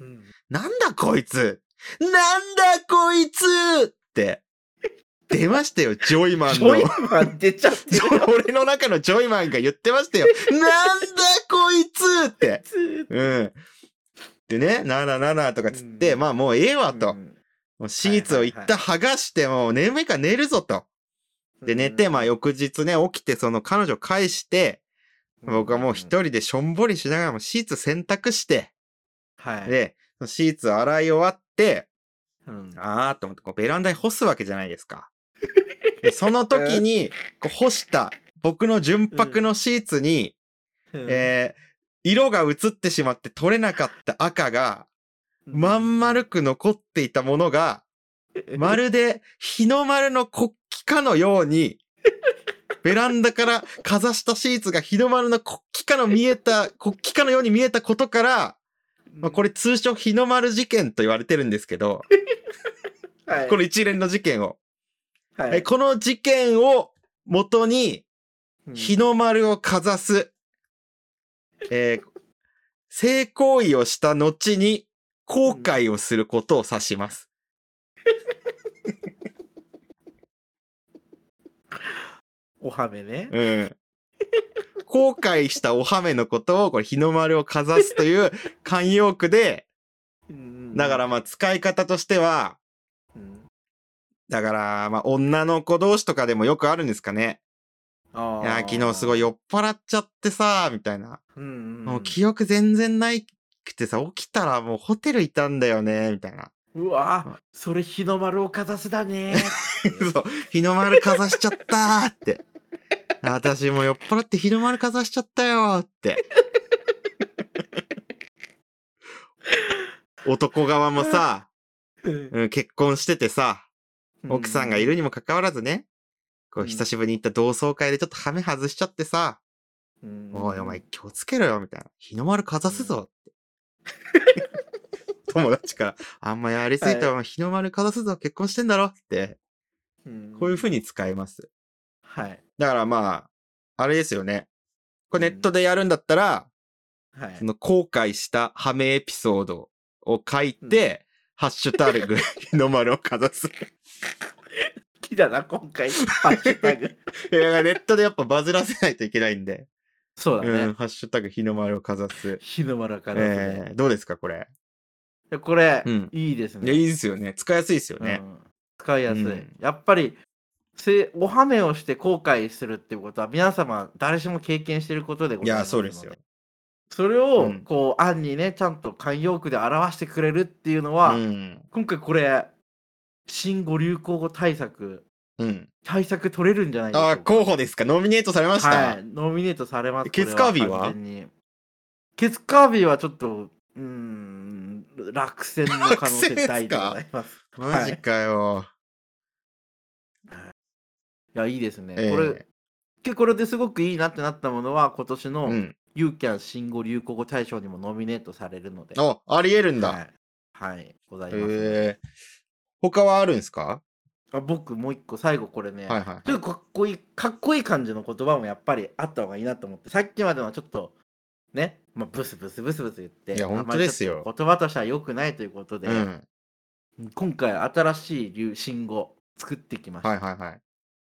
うん
なんだこいつなんだこいつって。出まし
[laughs]
たよ、ジョイマン
ジ
の
ョ。イマン出ちゃってる
[laughs] 俺の中のジョイマンが言ってましたよ。なんだこいつって。うん。でね、ならならとかつって、
うん
まあもうええわと。
うん
もうシーツを一旦剥がして、もう眠いから寝るぞと。で、寝て、まあ翌日ね、起きてその彼女を返して、僕はもう一、人でしょんぼりしながらもシーツ洗濯して、
はい、
で、そのシーツ洗い終わって、
うん、
あーと思ってこうベランダに干すわけじゃないです
[laughs]
か。でその時にこう干した僕の純白のシーツに、えー色が移ってしまって取れなかった赤が、
うん
まん丸く残っていたものが、まるで日の丸の国旗かのよ
[laughs]
うに、ベランダからかざしたシーツが日の丸の国旗かの見えた、国旗かのように見えたことから、まあ、これ通称日の丸事件と言われてるんですけど、
はい、
この一連の事件を。
はい、
えこの事件を元に
うん
日の丸をかざす、えー性行為をした後に後悔をすることを指します。
おはめね。
うん。後悔したおはめのことを、これ、日の丸をかざすという慣用句で、だからまあ使い方としては、
うん、
だからまあ女の子同士とかでもよくあるんですかね。
あ
いや、昨日すごい
よ。
酔っ払っちゃってさ、みたいな。
うんうん
もう記憶全然ないくてさ、起きたらもうホテルいたんだよね、みたいな。
うわそれ日の丸をかざすだね。
そう、日の丸かざしちゃったーって。私も酔っ払って日の丸かざしちゃったよーって。男側もさ、うん、結婚しててさ、奥さんがい
る。
るにもかかわらずね、こ
う
うん久しぶりに行った同窓会でちょっとハメ外しちゃってさ、
うん
おいお前。気をつけろよみたいな。日の丸かざすぞって。 [laughs] 友達から、あんまやりすぎたら日の丸かざすぞ、結婚してんだろって、
うん
こういうふうに使います。
はい。
だからまあ、あれですよね。これ
う
ネッ
ん
トでやるんだったら、
はい
そ。の後悔したハメエピソードを書いて、ハッシュタ [laughs] グ日の丸をかざす。
好きだな、今回。ハッシュタグ。
いやネットでやっぱバズらせないといけないんで、
そうだね。
うん、ハッシュタグ日の丸をかざす。
日の丸から、ね
えーどうですか、これ。
いやこれ、
うん
いいですね。
いや、いいですよね。使いやすいですよね
う。ん使いやすい。
うん
やっぱり、せおはめをして後悔するっていうことは、皆様、誰しも経験していることでご
い
ざい
や、
ます
そ
の
う
で。
ですよ。。
それ
う
を
ん、
こう、案にね、ちゃんと慣用句で表してくれるっていうの
う
は、
ん。
今回これ、新語・流行語対策、
うん。
対策取れるんじゃないでしょう
あ
か
ー、。候補ですか。ノミネートされました。
はい、ノミネートされます。
ケツカービィは
これ完全にケツカービィはちょっと、うーん、落選の可能性大でございます。
マジかよ。
いや、いいですね。
えー
これ、けこれですごくいいなってなったものは、今年の
うん。
ユーキャン新語・流行語大賞にもノミネートされるので。
あ、ありえるん
は
だ。
い、はいございます、
えー、他はあるんですか
あ。僕、もう一個、最後これね、
はいはいはい。
ちょっとかっこいい、かっこいい感じの言葉もやっぱりあった方がいいなと思って、さっきまではちょっと、ね、まあ、ブスブスブスブス言って、
いや
あんまり
本当ですよ
ちょっと言葉としては良くないということで、
うん。
今回新しい流信語作ってきました。
はいはいはい。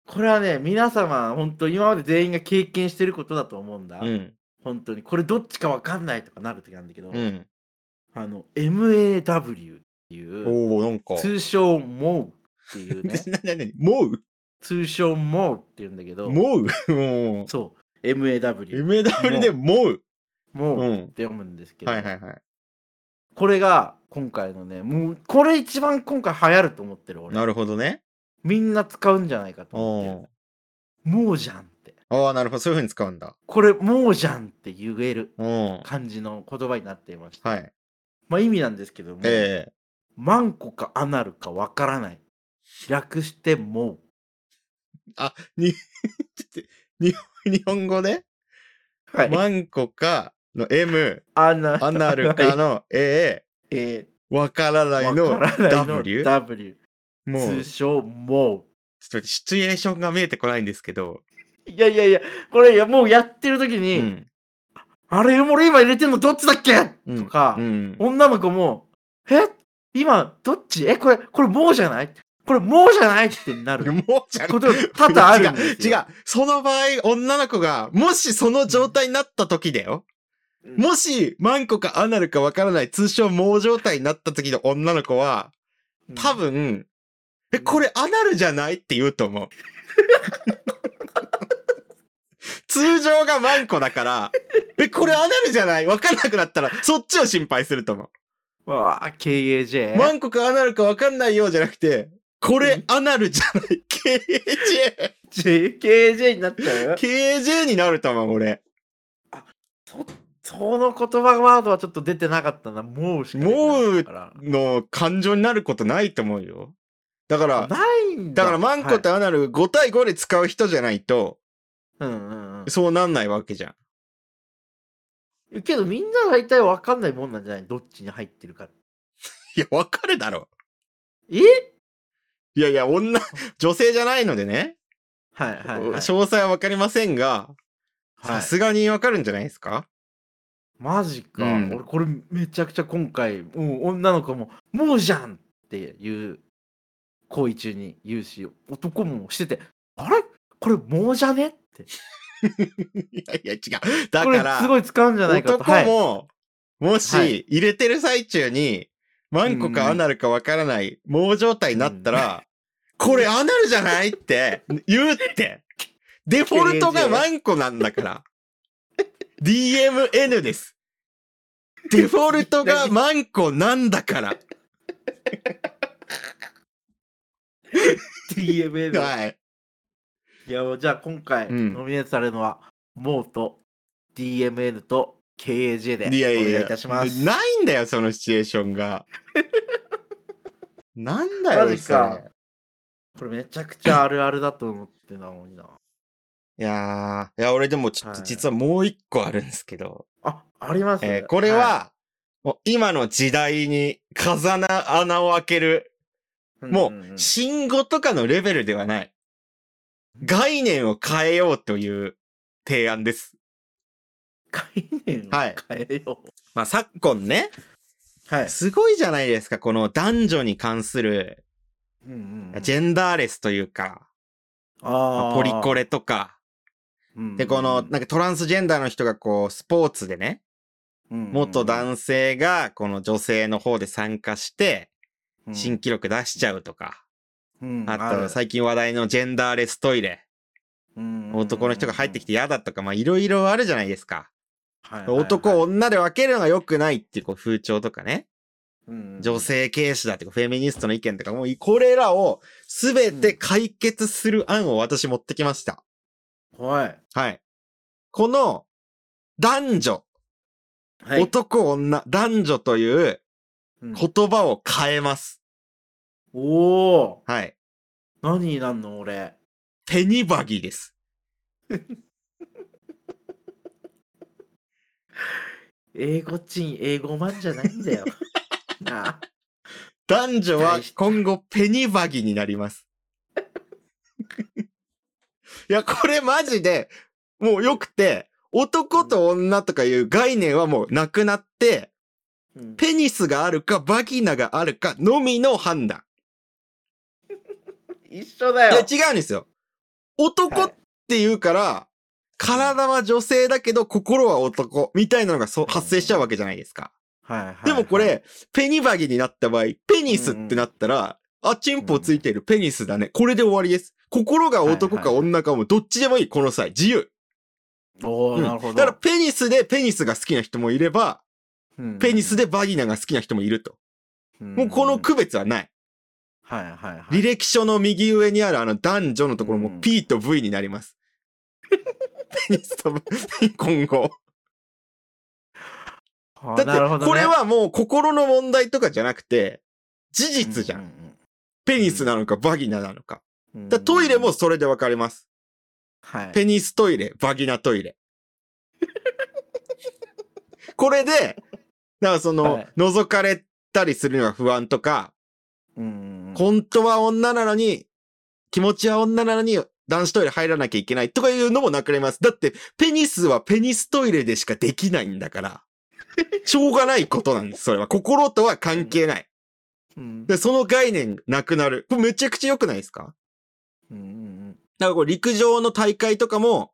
これはね、皆様、本当今まで全員が経験してることだと思うんだ。
うん。
本当に。これどっちかわかんないとかなる時なんだけど、
うん。
あの、MAW っていう、
おおなんか。、
通称 MOW っていうね
[laughs] なななにもう
通称 MOW っていうんだけど、
もう [laughs] もう。
そう、MAW。
MW でもう。
もう
う
っ
ん。
て読むんですけど、
はいはいはい。
これが今回のねもうこれ一番今回流行ると思ってる俺
なるほどね。
みんな使うんじゃないかと思っ
お
てるもうじゃんって
ああ、なるほど。そういうふうに使うんだ。
これもうじゃんって言える
うん。
感じの言葉になっていました、
はい。
まあ意味なんですけども、
ええ
マンコかアナルかわからない略してもう
ちょっと日本日本語で、
はい、
マンコかの M、
アナ
アナルかの A、
え
わから
ー
ない
わか
の
らないの
W?
W
もう、ちょっ
通称も
と待ってシチュエーションが見えてこないんですけど、
ういやいやいやこれいやもうやってる時
う
に、
ん。
あれ俺今入れてんのどっちだっけ、
うん
とか、
うん。
女の子も、え今、どっちえこれ、これもうじゃないこれもうじゃないってなる
もうじゃん
ことが多々あるんです
違う違
よ
う。その場合、女の子が、もしその状態になった時だよ。
うん
もし、マンコかアナルかわからない、通称猛状態になった時の女の子は、
うん
多分、え、これアナルじゃないって言うと思う。通常がマンコだから、え、これアナルじゃないわからなくなったら、そっちを心配すると思
わあ、KAJ。
う。マンコかアナルかわかんないようじゃなくて、これアナルじゃない、KJ!
J KAJ になっちゃう
KJ になると思う、俺。
その言葉ワードはちょっと出てなかったな。もうしか出てなかったから
の感情になることないと思うよ。だから、
ないんだ。
だからマンコとアナル5対5で使う人じゃないと、
はいうんうん
そうなんないわけじゃん。
うん。けどみんな大体わかんないもんなんじゃないどっちに入ってるか。
いや、わかるだろ。
え
いやい
[laughs]
や、女、女性じゃないのでね、
はいはい、はい。
詳細はわかりませんが、
は
さ
い
すがにわかるんじゃないですか [laughs]
マジか、
うん
俺これめちゃくちゃ今回もう女の子も「もうじゃん!」っていう行為中に言うし男もしてて「あれこれもうじゃね?」って
いやいや、違う。だ
こ
か
れ
ら、
すごい使うんじゃないかと
男
はい
も、もし、
はい
入れてる最中に、マンコかアナルかわからない、猛状態になったら、これアナルじゃないって、言うって。デフォルトがマンコなんだから。DMN です。デフォルトがマンコなん
[laughs]
だから。
DMA の、
はい。
いやじゃあ今回
うん
ノミネートされるのは「もう」と「DMN」と「KAJ」で
いやい
お
や
願いいたします。
ないんだよ、そのシチュエーションが。 [laughs] なんだよ、
マジか
それ
これめちゃくちゃあるあるだと思ってたのにない
やー、いや、俺でもちょっと
はい
実はもう一個あるんですけど、
ああります、
えーこれは、もう今の時代に風穴穴を開ける、も
んんん
う、信号とかのレベルではない。概念を変えようという提案です。
概念を
はい
変えよう。
まあ、昨今ね、
はい。
すごいじゃないですか、この男女に関する、
うんうんうん
ジェンダーレスというか、ま
あ
あ
ー
ポリコレとか、
うんうんうん
で、この、なんかトランスジェンダーの人がこう、スポーツでね、
うんうん
元男性がこの女性の方で参加して、
うん
新記録出しちゃうとか、
うん
あ
る
と、最近話題のジェンダーレストイレ、
うん
男の人が入ってきて嫌だとか、まあ、いろいろあるじゃないですか。
はいはいはい
男、女で分けるのが良くないっていうこう風潮とかね、
うんうん
女性軽視だとか、フェミニストの意見とか、もう、これらを全て解決する案を私持ってきました。
はい
はい。この、男女、
はい
男女、男女という
うん
言葉を変えます。
おお
はい。
何になんの俺
ペニバギです。
英語チン英語マンじゃないん
[laughs]
だよなあ
男女は
大し
今後ペニバギにな
[laughs]
ります。いや、これマジで、もう良くて、男と女とかいう概念はもうなくなって、
うん
ペニスがあるかバギナがあるかのみの判断。
一緒だ
いや、
よ
違うんですよ。男って言うから、体は女性だけど心は男みたいなのがそう発生しちゃうわけじゃないですか。
はいはいはい
でもこれ、ペニバギになった場合、ペニスってなったら、あ、チンポついてるペニスだね。これで終わりです。心が男か女かもどっちでもいい、この際。自由。
お
う
お
ん
なるほど
だからペニスでペニスが好きな人もいれば、ペニス
で
でバギナが好きな人もいると。も
も
うこの区別はない。
はいはいはい
履歴書の右上にあるあの男女のところ
う
も
ん
P と V にな
[laughs]
ります。ペニスと今後。
あ
だ
なるほ
っ
どね
て、これはもう心の問題とかじゃなくて、事実じゃ。
うんん
ペニスなのかバギナなのか。
うんうん
だトイレもそれで分かれます。
はい
ペニストイレ、バギナトイレ。 [laughs] これで、だからその、
はい
覗かれたりするのが不安とか、
うん
本当は女なのに、気持ちは女なのに男子トイレ入らなきゃいけないとかいうのもなくなります。だって、ペニスはペニストイレでしかできないんだから、しょうがないことなんです、それは。心とは関係ない。
うん
で、その概念なくなる。これめちゃくちゃ良くないですか
うんうん
だからこれ陸上の大会とかも、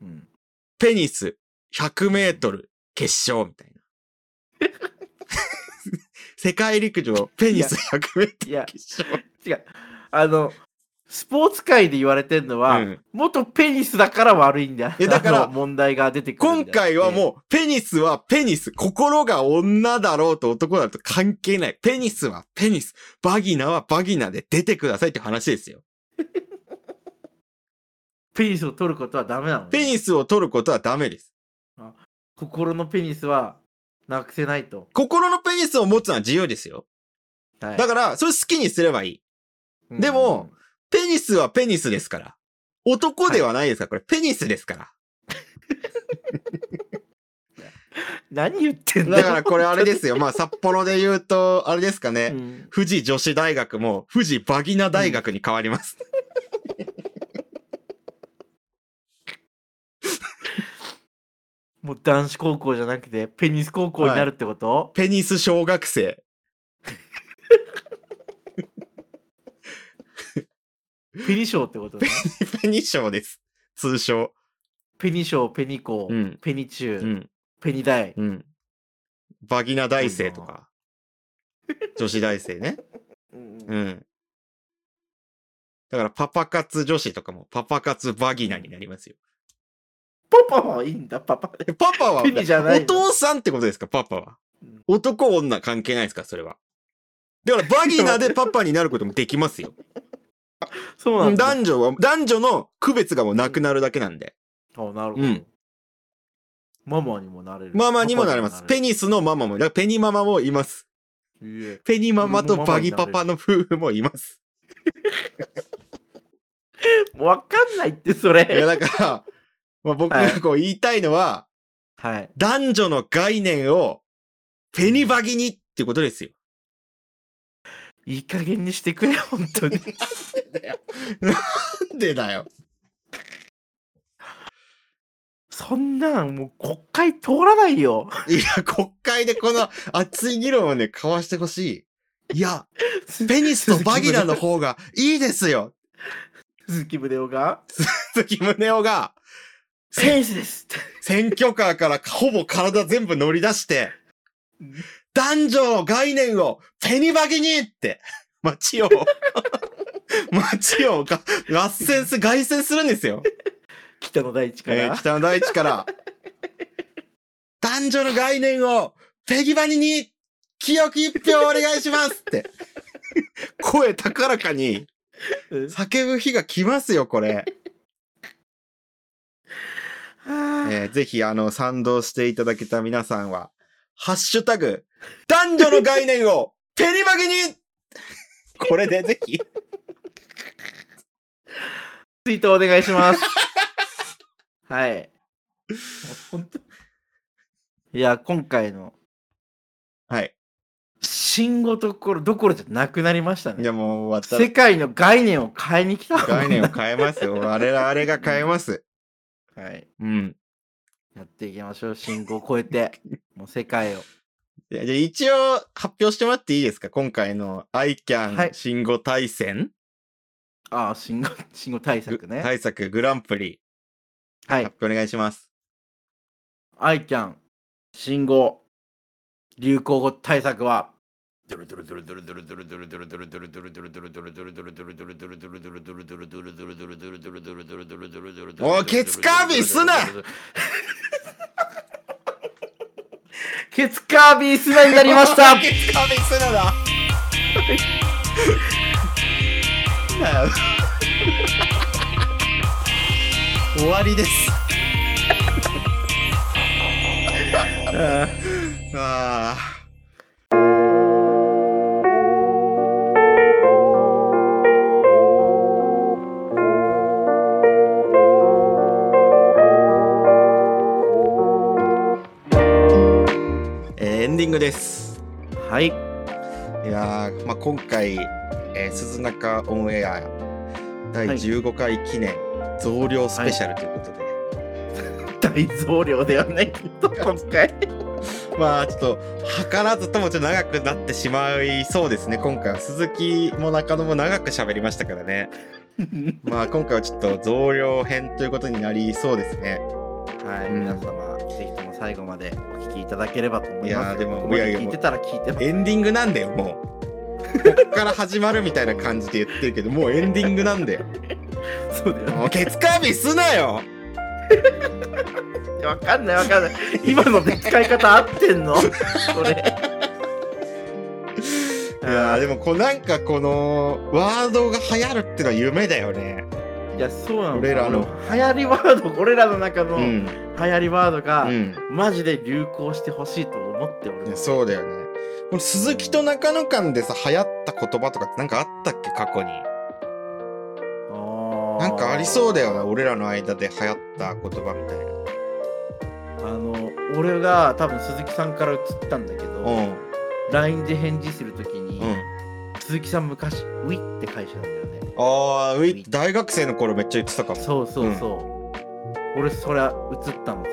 うんうん
ペニス100メートル決勝みたいな。
[laughs]
世界陸上ペニス100メート
いや
ル決勝。
違うあのスポーツ界で言われてるのは、
うん
元ペニスだから悪いんだよ。
えだから
あの問題が出てくる
今
んだよ
回はもうペニスはペニス。心が女だろうと男だと関係ない。ペニスはペニス。バギナはバギナで出てくださいって話ですよ。
ペニスを取ることはダメなのね、
ペニスを取ることはダメです。
心のペニスはなくせないと。
心のペニスを持つのは自由ですよ。
はい
だから、それ好きにすればいい。でも、ペニスはペニスですから。男ではないですから、これペニスですから。
うん何言ってんだ
だ
よ
からこれあれですよ。まあ札幌で言うと、あれですかね。
うん
富士女子大学も富士バギナ大学に変わります。
もう男子高校じゃなくてペニス高校になるってこと、
[laughs] ペニス小学生。
ペニ賞ってことね。
ペニ賞です。通称。
ペニ賞、ペニ校、
うん
ペニ中、
うん。
ペニ大。
うん。バギナ大生とか。女子大生ね。うん。だからパパ活女子とかもパパ活バギナになりますよ。
パパはいいんだ、パパ。
えパパは
ペニじゃない
お父さんってことですか、パパは
うん。
男女関係ないですか、それは。だからバギナでパパになることもできますよ。
そう
う
なん
ん
だ。
男女は、男女の区別がもうなくなるだけなんで。
あなるほど。
うん
ママにもなれる。
ママにもなりま
パ
す。
パ
ペニスのママも、だからペニママもいます。
にもなれる。
ペニママとバギパパの夫婦もいます。
もうわかんないって、そ
いや、
れ。
だから、まあ、僕がこう言いたいのは、
はい。
男女の概念をペニバギニってことですよ。
いい加減にしてくれ、本当に。
なんでだよ。
そんなん、もう国会通らないよ。
いや、国会でこの熱い議論をね、交わしてほしい。いや、ペニスとバギラの方がいいですよ。 [laughs]
鈴木宗男が、
鈴木宗男が
選手ですって。
選挙カーからほぼ体全部乗り出して
うん、
男女の概念をペニバギニって、街を、街をが合戦す、凱旋するんですよ。
北の大地から。
えー北の大地から。男女の概念をペギバニに清き一票お願いしますって。声高らかに
うん
叫ぶ日が来ますよ、これ。
はあ
えーぜひ、あの、賛同していただけた皆さんは、ハッシュタグ、男女の概
[laughs]
念をペリバギにこれでぜひ、
ツイートお願いします。はい。もう本当いや、今回の
はい。
新語どころどころじゃなくなりました
い
ね。
や、もう終わ
世
っ
界の概念を変えに来た
た。概念を変えますよ。あれら、あれが変えます。
はい。
うん。
やっていきましょう。新語を超え [laughs] て、もう世界を。
いやじゃあ一応発表してもらっていいですか今回の ICAN、
はい
新語対戦、
ああ、新語、新語対策ね。
対策グランプリ、
はい
発。表お願いします。
ICAN、新語、流行語対策は、
おケツカービーすな
ケツカービー砂になりました
ケツカービーすなだなんだよ [laughs] 終わ [laughs] りです。ああ。えーエンディングです。
はい。
いやー、まあ、今回、えー鈴中オンエア第
はい
15回記念、増量スペシャルということで、
大増量ではないけど、今回。
まあちょっと図らずともちょっと長くなってしまいそうですね今回は鈴木も中野も長く喋りましたから [laughs] ねまあ今回はちょっと増量編ということになりそうですね
はい、
うん
皆様、ぜひとも最後までお聞きいただければと思います。
いやーでも
ここま
いやい
で
やも
聞
う
いてたら聞いてます。
エンディングなんだよもうこっから始まるみたいな感じで言ってるけどもうエンディングなんだよ
そうだよね
もうケツカービすなよ
いやわかんないわかん
[laughs]
ない。今ので使い方合ってんのこれ。
いやーでもこうなんかこのワードが流行るってのは夢だよね。
いや、そうなの。
俺らの
流行りワード、俺らの中の
う
流
ん。
行りワードが、
うん。
マジで流行してほしいと思っており
い
ま
や
す。
そうだよね。この鈴木と中野間でさ流行った言葉とかってなんかあったっけ過去に。な
なん
かありそうだよな俺らの間で流行った言葉みたいな。
あの俺が多分鈴木さんから移ったんだけ
う
ど、
ん
LINE で返事するときに、
うん。
鈴木さん昔「ウィ」って会社なんだよね
ああウィ大学生の頃めっちゃ言ってたかも。
そうそうそう、俺そりゃ移ったのさ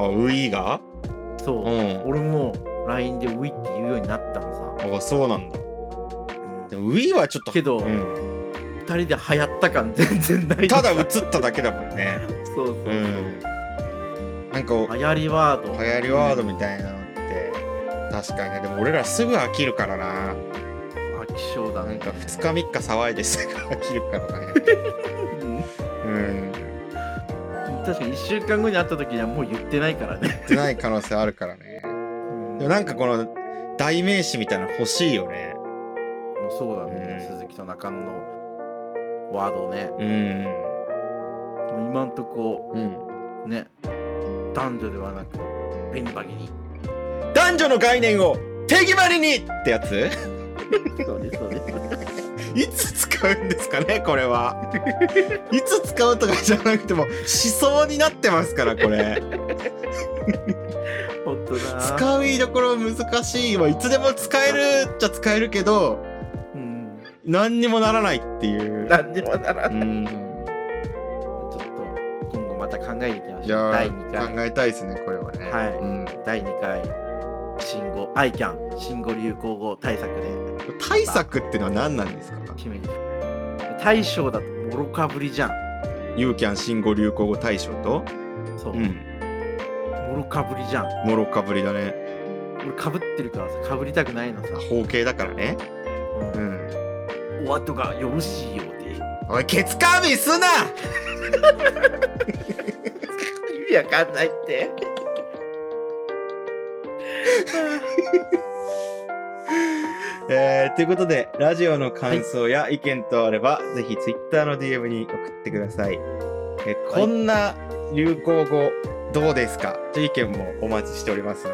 あウィが？
そうう、
ん。
俺も LINE で「ウィ」って言うようになったのさ、
あそうなんだ。
うん
でもウィはちょっと。
けど、
う
二
ん、
人で流行った感全然ない
ただ映
そ
っ
う
ただけだもんね。
そう、
うん。なんか
流行りワード
流行りワードみたいなのって確かにねでも俺らすぐ飽きるからな
うん飽き性だ
な
ね
んか2日3日騒いですぐ飽きるからね [laughs]
うん
うん
確かに1週間後に会った時にはもう言ってないからね
やってない可能性あるからねでもなんかこの代名詞みたいなの欲しいよね
もうそうだね、
うん
鈴木と中野のワードね
うん
もう今んとこ
うん
ね男女ではなくペニバギに
男女の概念を手決まりにってやつ [laughs]
そうですそうです
いつ使うんですかねこれ [laughs] はいつ使うとかじゃなくても思想になってますからこれ
[laughs] 本とな
使いどころ難しいわいつでも使えるっちゃ使えるけど
うん
何にもならないっていう
何にもなら
う
ない
ん
ちょっと今後また考えていきま
い
しょう
や
第2
ー
回
考えたいですねこれはね
はい
うん
第2回新語 ICAN 新語流行語対策で
対策ってのは何なんですか
決める大将だともろかぶりじゃん
ユーキャン新語・流行語大賞と、
そう、
ん、
もろかぶりじゃん
もろかぶりだね
俺かぶってるからさかぶりたくないのさ、
包茎だからね
う
うん
ん、お後がよろしいようで
おいケツカービーすな
意味わかんないって
[laughs] えー、ということでラジオの感想や意見とあれば、ぜひ Twitter の DM に送ってください、えー
はい
こんな流行語どうですかという意見もお待ちしておりますの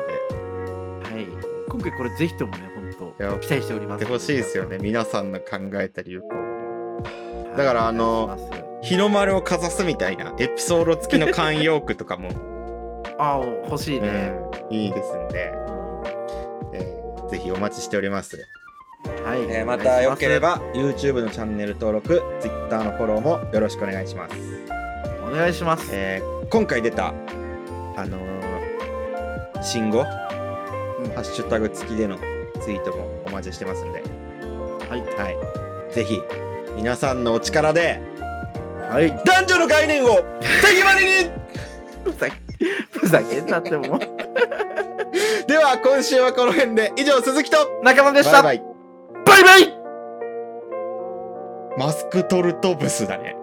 で
はい今回これぜひともね本
いや
当期待しておりま
やっ
す
てほしいですよね皆さんの考えた流行語
はい
だからあの
お願いします
日の丸をかざすみたいなエピソード付きの慣用句とかも、
ああ欲しいね、
うんいいですんで、
うん
えーぜひお待ちしております
はい、
えーま
お願い
た
し
よければ YouTube のチャンネル登録 Twitter のフォローもよろしくお願いします、
お願いします、
えー今回出たあのー、信号ハッシュタグ付きでのツイートもお待ちしてますので、
はい
はい、ぜひ皆さんのお力で
はい
男女の概念を手際に
ふざけふざけんなってもう
では今週はこの辺で以上鈴木と
仲間でした
バイ
バイバイ
バイマスクトルトブスだね